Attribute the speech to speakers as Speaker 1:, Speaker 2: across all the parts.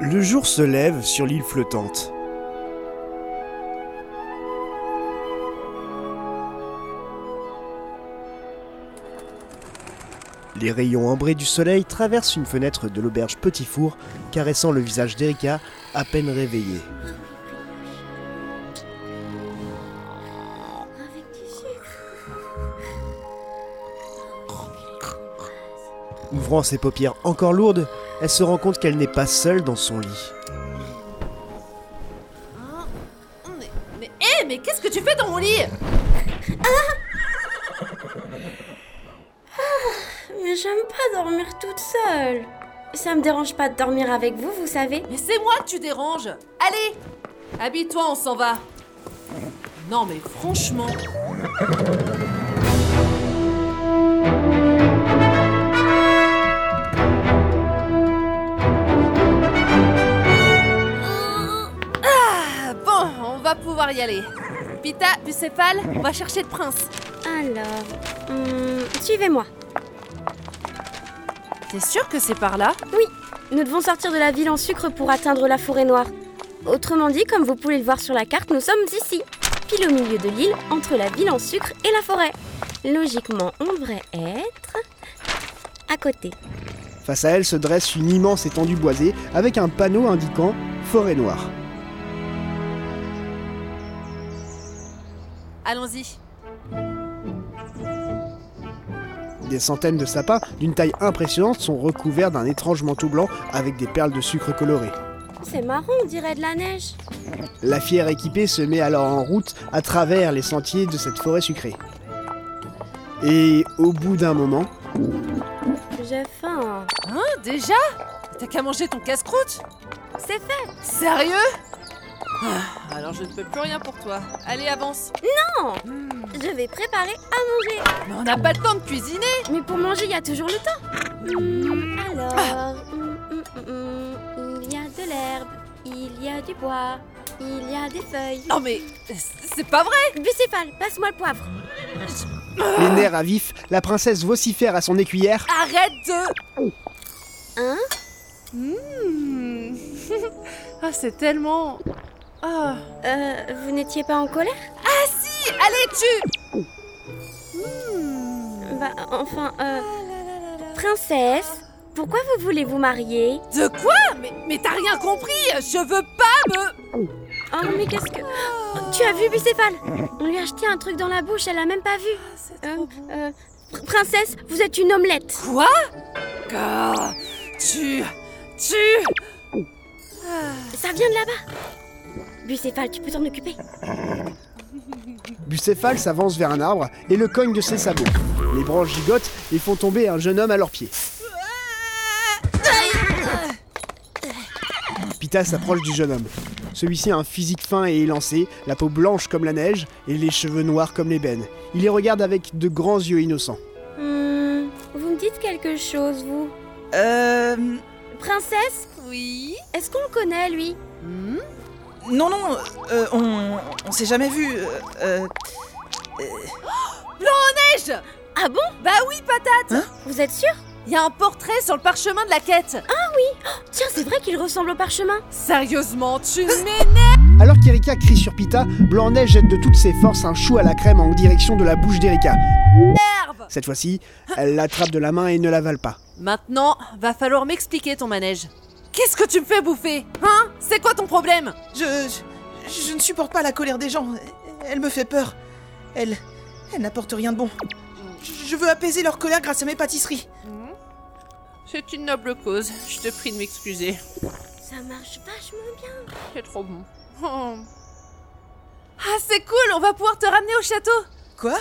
Speaker 1: Le jour se lève sur l'île flottante. Les rayons ambrés du soleil traversent une fenêtre de l'auberge Petit Four, caressant le visage d'Erika, à peine réveillée.
Speaker 2: Avec du sucre.
Speaker 1: Ouvrant ses paupières encore lourdes, elle se rend compte qu'elle n'est pas seule dans son lit.
Speaker 3: Hein mais, mais, hé, mais qu'est-ce que tu fais dans mon lit
Speaker 2: Mais j'aime pas dormir toute seule. Ça me dérange pas de dormir avec vous, vous savez.
Speaker 3: Mais c'est moi que tu déranges Allez Habille-toi, on s'en va Non, mais franchement. Ah, bon, on va pouvoir y aller. Pita, Bucéphale, on va chercher le prince.
Speaker 2: Alors, hum, suivez-moi.
Speaker 3: T'es sûr que c'est par là
Speaker 2: Oui, nous devons sortir de la ville en sucre pour atteindre la forêt noire. Autrement dit, comme vous pouvez le voir sur la carte, nous sommes ici, pile au milieu de l'île, entre la ville en sucre et la forêt. Logiquement, on devrait être à côté.
Speaker 1: Face à elle se dresse une immense étendue boisée avec un panneau indiquant Forêt Noire.
Speaker 3: Allons-y.
Speaker 1: Des centaines de sapins d'une taille impressionnante sont recouverts d'un étrange manteau blanc avec des perles de sucre colorées.
Speaker 2: C'est marrant, on dirait de la neige.
Speaker 1: La fière équipée se met alors en route à travers les sentiers de cette forêt sucrée. Et au bout d'un moment,
Speaker 2: J'ai faim.
Speaker 3: Hein Déjà T'as qu'à manger ton casse-croûte
Speaker 2: C'est fait.
Speaker 3: Sérieux Ah, Alors je ne peux plus rien pour toi. Allez, avance.
Speaker 2: Non
Speaker 3: Hmm,
Speaker 2: Je vais préparer à manger.
Speaker 3: Mais on n'a pas le temps de cuisiner
Speaker 2: Mais pour manger, il y a toujours le temps. Hum, alors, hum, hum, hum, hum, il y a de l'herbe, il y a du bois, il y a des feuilles. Eh,
Speaker 3: Non mais, c'est pas vrai
Speaker 2: Bucéphale, passe-moi le poivre.
Speaker 1: les nerfs à vif, la princesse vocifère à son écuyère
Speaker 3: Arrête de...
Speaker 2: Hein
Speaker 3: Hmm. ah, c'est tellement... Ah.
Speaker 2: Euh, vous n'étiez pas en colère
Speaker 3: Ah si Allez, tu... Hmm.
Speaker 2: Bah, enfin, euh, princesse, pourquoi vous voulez vous marier
Speaker 3: De quoi Mais, mais t'as rien compris Je veux pas me...
Speaker 2: Oh, mais qu'est-ce que. Tu as vu Bucéphale On lui a jeté un truc dans la bouche, elle a même pas vu. Euh, euh, pr- princesse, vous êtes une omelette.
Speaker 3: Quoi Ah, Tu... Tu...
Speaker 2: Ça vient de là-bas. Bucéphale, tu peux t'en occuper.
Speaker 1: Bucéphale s'avance vers un arbre et le cogne de ses sabots. Les branches gigotent et font tomber un jeune homme à leurs pieds. Pita s'approche du jeune homme. Celui-ci a un physique fin et élancé, la peau blanche comme la neige et les cheveux noirs comme l'ébène. Il les regarde avec de grands yeux innocents.
Speaker 2: Hmm, vous me dites quelque chose, vous
Speaker 4: Euh.
Speaker 2: Princesse,
Speaker 3: Oui
Speaker 2: est-ce qu'on le connaît, lui
Speaker 3: Hmm
Speaker 4: Non, non, euh, on, on s'est jamais vu. euh, euh,
Speaker 3: Neige
Speaker 2: Ah bon
Speaker 3: Bah oui, patate
Speaker 2: Vous êtes sûr
Speaker 3: Il y a un portrait sur le parchemin de la quête
Speaker 2: Tiens, c'est vrai qu'il ressemble au parchemin.
Speaker 3: Sérieusement, tu m'énerves
Speaker 1: Alors qu'Erika crie sur Pita, Blanc-Neige jette de toutes ses forces un chou à la crème en direction de la bouche d'Erika. Cette fois-ci, elle l'attrape de la main et ne l'avale pas.
Speaker 3: Maintenant, va falloir m'expliquer ton manège. Qu'est-ce que tu me fais bouffer Hein C'est quoi ton problème
Speaker 4: je, je, je ne supporte pas la colère des gens. Elle me fait peur. Elle. Elle n'apporte rien de bon. Je, je veux apaiser leur colère grâce à mes pâtisseries.
Speaker 3: C'est une noble cause, je te prie de m'excuser.
Speaker 2: Ça marche vachement bien.
Speaker 3: C'est trop bon. Oh. Ah, c'est cool, on va pouvoir te ramener au château
Speaker 4: Quoi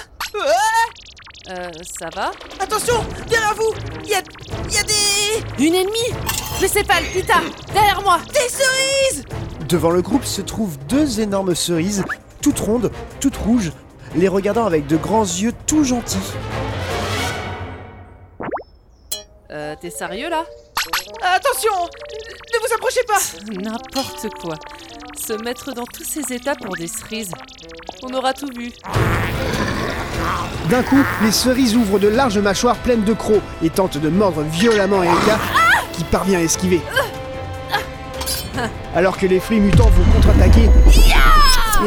Speaker 3: Euh, ça va
Speaker 4: Attention Derrière vous Il y a, il y a des.
Speaker 3: Une ennemie Mais c'est pas le putain Derrière moi
Speaker 4: Des cerises
Speaker 1: Devant le groupe se trouvent deux énormes cerises, toutes rondes, toutes rouges, les regardant avec de grands yeux tout gentils.
Speaker 3: Euh, t'es sérieux là
Speaker 4: Attention Ne vous approchez pas
Speaker 3: N'importe quoi. Se mettre dans tous ces états pour des cerises. On aura tout vu.
Speaker 1: D'un coup, les cerises ouvrent de larges mâchoires pleines de crocs et tentent de mordre violemment Erika, qui qui parvient à esquiver. Alors que les flics mutants vont contre-attaquer,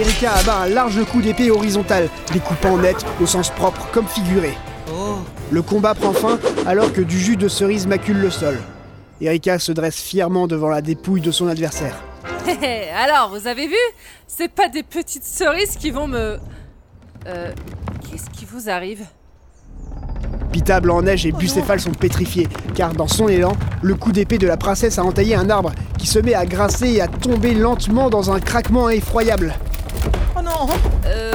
Speaker 1: Erika abat un large coup d'épée horizontal, découpant net au sens propre comme figuré.
Speaker 4: Oh,
Speaker 1: Le combat prend fin alors que du jus de cerise macule le sol. Erika se dresse fièrement devant la dépouille de son adversaire.
Speaker 3: Hé, hé, Alors, vous avez vu C'est pas des petites cerises qui vont me. Euh. Qu'est-ce qui vous arrive
Speaker 1: Pita, Blanc-Neige et Bucéphale sont pétrifiés, car dans son élan, le coup d'épée de la princesse a entaillé un arbre qui se met à grincer et à tomber lentement dans un craquement effroyable.
Speaker 4: oh non
Speaker 3: Euh.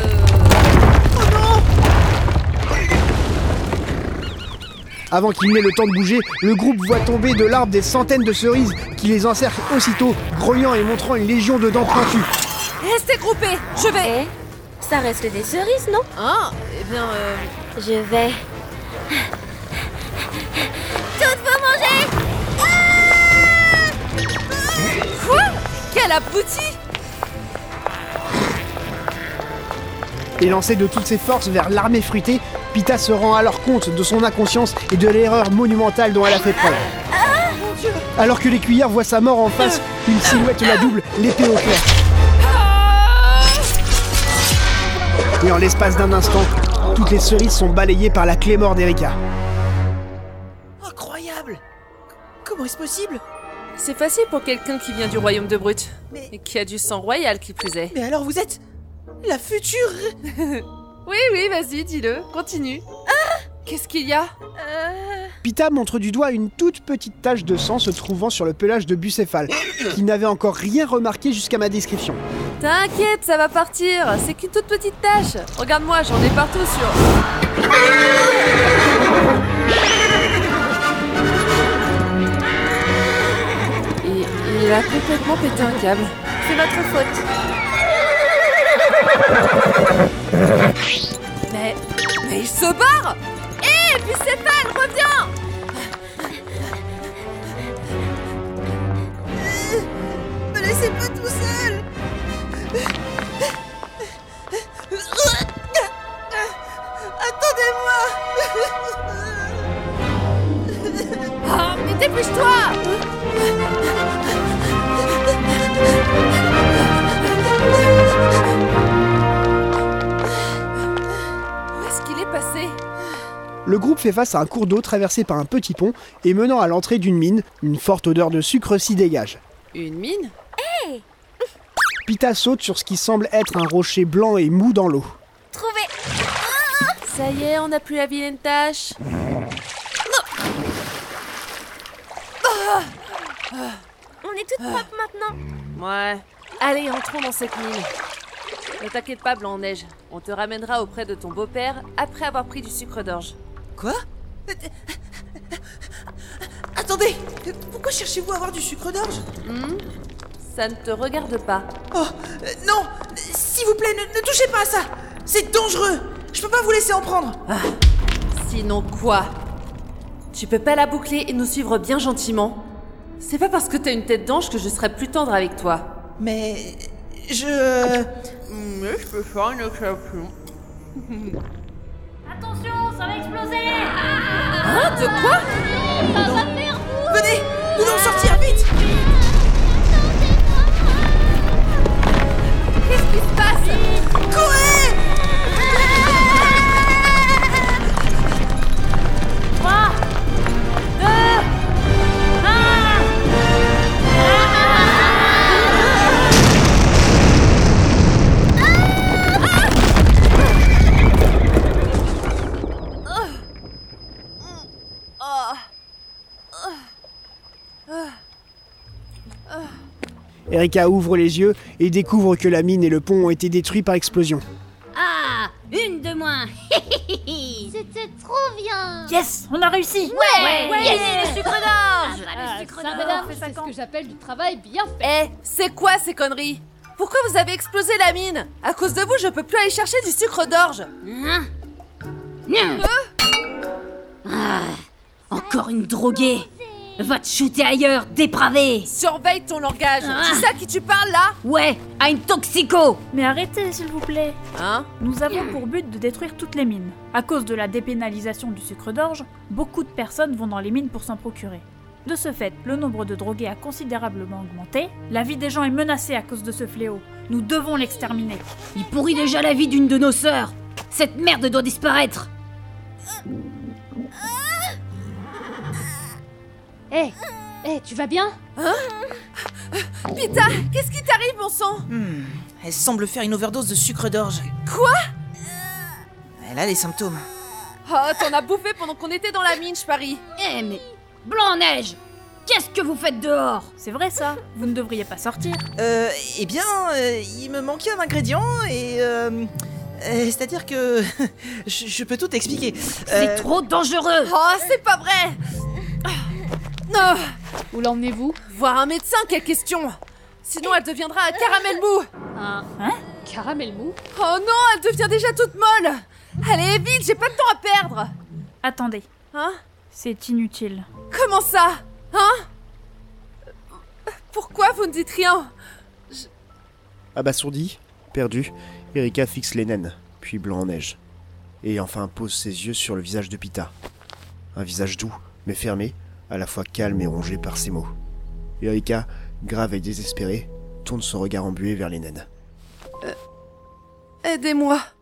Speaker 1: Avant qu'il n'ait le temps de bouger, le groupe voit tomber de l'arbre des centaines de cerises qui les encerclent aussitôt, grognant et montrant une légion de dents pointues.
Speaker 3: Restez groupés Je vais
Speaker 2: Eh Ça reste des cerises, non
Speaker 3: Hein Eh bien, euh.
Speaker 2: Je vais. Toutes vont manger
Speaker 3: Quoi Quel abruti
Speaker 1: Et lancé de toutes ses forces vers l'armée fruitée, Pita se rend alors compte de son inconscience et de l'erreur monumentale dont elle a fait preuve. Alors que les cuillards voient sa mort en face, une silhouette la double, l'épée au clair. Et en l'espace d'un instant, toutes les cerises sont balayées par la clé mort d'Erika.
Speaker 4: Incroyable C- Comment est-ce possible
Speaker 3: C'est facile pour quelqu'un qui vient du royaume de Brut.
Speaker 4: Mais-
Speaker 3: Et qui a du sang royal qui plus est.
Speaker 4: Mais alors vous êtes la future ré-
Speaker 3: Oui, oui, vas-y, dis-le, continue. Ah! Qu'est-ce qu'il y a
Speaker 1: Pita montre du doigt une toute petite tache de sang se trouvant sur le pelage de Bucéphale, qui n'avait encore rien remarqué jusqu'à ma description.
Speaker 3: T'inquiète, ça va partir. C'est qu'une toute petite tâche. Regarde-moi, j'en ai partout sur. Il, il a complètement pété un câble.
Speaker 2: C'est votre faute.
Speaker 3: Mais, mais il se barre Hé, puis Bucéphale, reviens
Speaker 4: Me laissez pas tout seul Attendez-moi
Speaker 3: Ah, mais dépêche-toi Où est-ce qu'il est passé
Speaker 1: Le groupe fait face à un cours d'eau traversé par un petit pont et menant à l'entrée d'une mine, une forte odeur de sucre s'y dégage.
Speaker 3: Une mine
Speaker 1: Pita saute sur ce qui semble être un rocher blanc et mou dans l'eau.
Speaker 2: Trouvé
Speaker 3: Ça y est, on n'a plus la vilaine tâche.
Speaker 2: On est toutes propres maintenant.
Speaker 3: Ouais. Allez, entrons dans cette mine. Ne t'inquiète pas, Blanc-Neige. On te ramènera auprès de ton beau-père après avoir pris du sucre d'orge.
Speaker 4: Quoi Attendez Pourquoi cherchez-vous à avoir du sucre d'orge
Speaker 3: Ça ne te regarde pas.
Speaker 4: Oh euh, Non S'il vous plaît, ne, ne touchez pas à ça C'est dangereux Je peux pas vous laisser en prendre
Speaker 3: Sinon quoi Tu peux pas la boucler et nous suivre bien gentiment C'est pas parce que t'as une tête d'ange que je serai plus tendre avec toi.
Speaker 4: Mais... Je...
Speaker 5: Mais je peux faire une exception.
Speaker 3: Hein De quoi
Speaker 4: Venez Nous devons sortir, vite
Speaker 3: Qu'est-ce qui se passe
Speaker 4: Courez
Speaker 1: Erika ouvre les yeux et découvre que la mine et le pont ont été détruits par explosion.
Speaker 6: Ah, une de moins.
Speaker 7: C'était trop bien
Speaker 6: Yes, on a réussi.
Speaker 7: Ouais, yes.
Speaker 6: le sucre d'orge.
Speaker 7: Ah, ça, madame, c'est ce que j'appelle du travail bien fait.
Speaker 3: Eh, c'est quoi ces conneries Pourquoi vous avez explosé la mine À cause de vous, je peux plus aller chercher du sucre d'orge.
Speaker 6: Hein Nien.
Speaker 7: Hein
Speaker 6: Ah, encore une droguée.
Speaker 7: Ah,
Speaker 6: Va te shooter ailleurs, dépravé.
Speaker 3: Surveille ton langage.
Speaker 6: Ah.
Speaker 3: C'est ça qui tu parles là
Speaker 6: Ouais, à une toxico.
Speaker 8: Mais arrêtez, s'il vous plaît.
Speaker 3: Hein
Speaker 8: Nous avons pour but de détruire toutes les mines. À cause de la dépénalisation du sucre d'orge, beaucoup de personnes vont dans les mines pour s'en procurer. De ce fait, le nombre de drogués a considérablement augmenté. La vie des gens est menacée à cause de ce fléau. Nous devons l'exterminer.
Speaker 6: Il pourrit déjà la vie d'une de nos sœurs Cette merde doit disparaître
Speaker 7: Hé hé, tu vas bien
Speaker 3: Pita, qu'est-ce qui t'arrive, mon sang
Speaker 4: Hmm, Elle semble faire une overdose de sucre d'orge.
Speaker 3: Quoi
Speaker 4: Elle a des symptômes.
Speaker 3: Oh, t'en as bouffé pendant qu'on était dans la mine, je parie.
Speaker 6: Eh mais... Blanc en neige Qu'est-ce que vous faites dehors
Speaker 8: C'est vrai ça, vous ne devriez pas sortir.
Speaker 4: Euh, eh bien, euh, il me manquait un ingrédient et... euh, euh, C'est-à-dire que... je, je peux tout expliquer.
Speaker 6: C'est
Speaker 4: Euh,
Speaker 6: trop dangereux
Speaker 3: Oh, c'est pas vrai Oh. Non
Speaker 7: Où l'emmenez-vous
Speaker 3: Voir un médecin, quelle question Sinon, elle deviendra un caramel mou
Speaker 7: Un Hein caramel mou
Speaker 3: Oh non, elle devient déjà toute molle Allez, vite, j'ai pas de temps à perdre
Speaker 8: Attendez,
Speaker 3: Hein
Speaker 8: c'est inutile.
Speaker 3: Comment ça Hein Pourquoi vous ne dites rien
Speaker 1: Abasourdi, perdu, Erika fixe les naines, puis blanc en neige. Et enfin pose ses yeux sur le visage de Pita. Un visage doux, mais fermé, à la fois calme et rongé par ses mots. Erika, grave et désespérée, tourne son regard embué vers les naines.
Speaker 3: Aidez-moi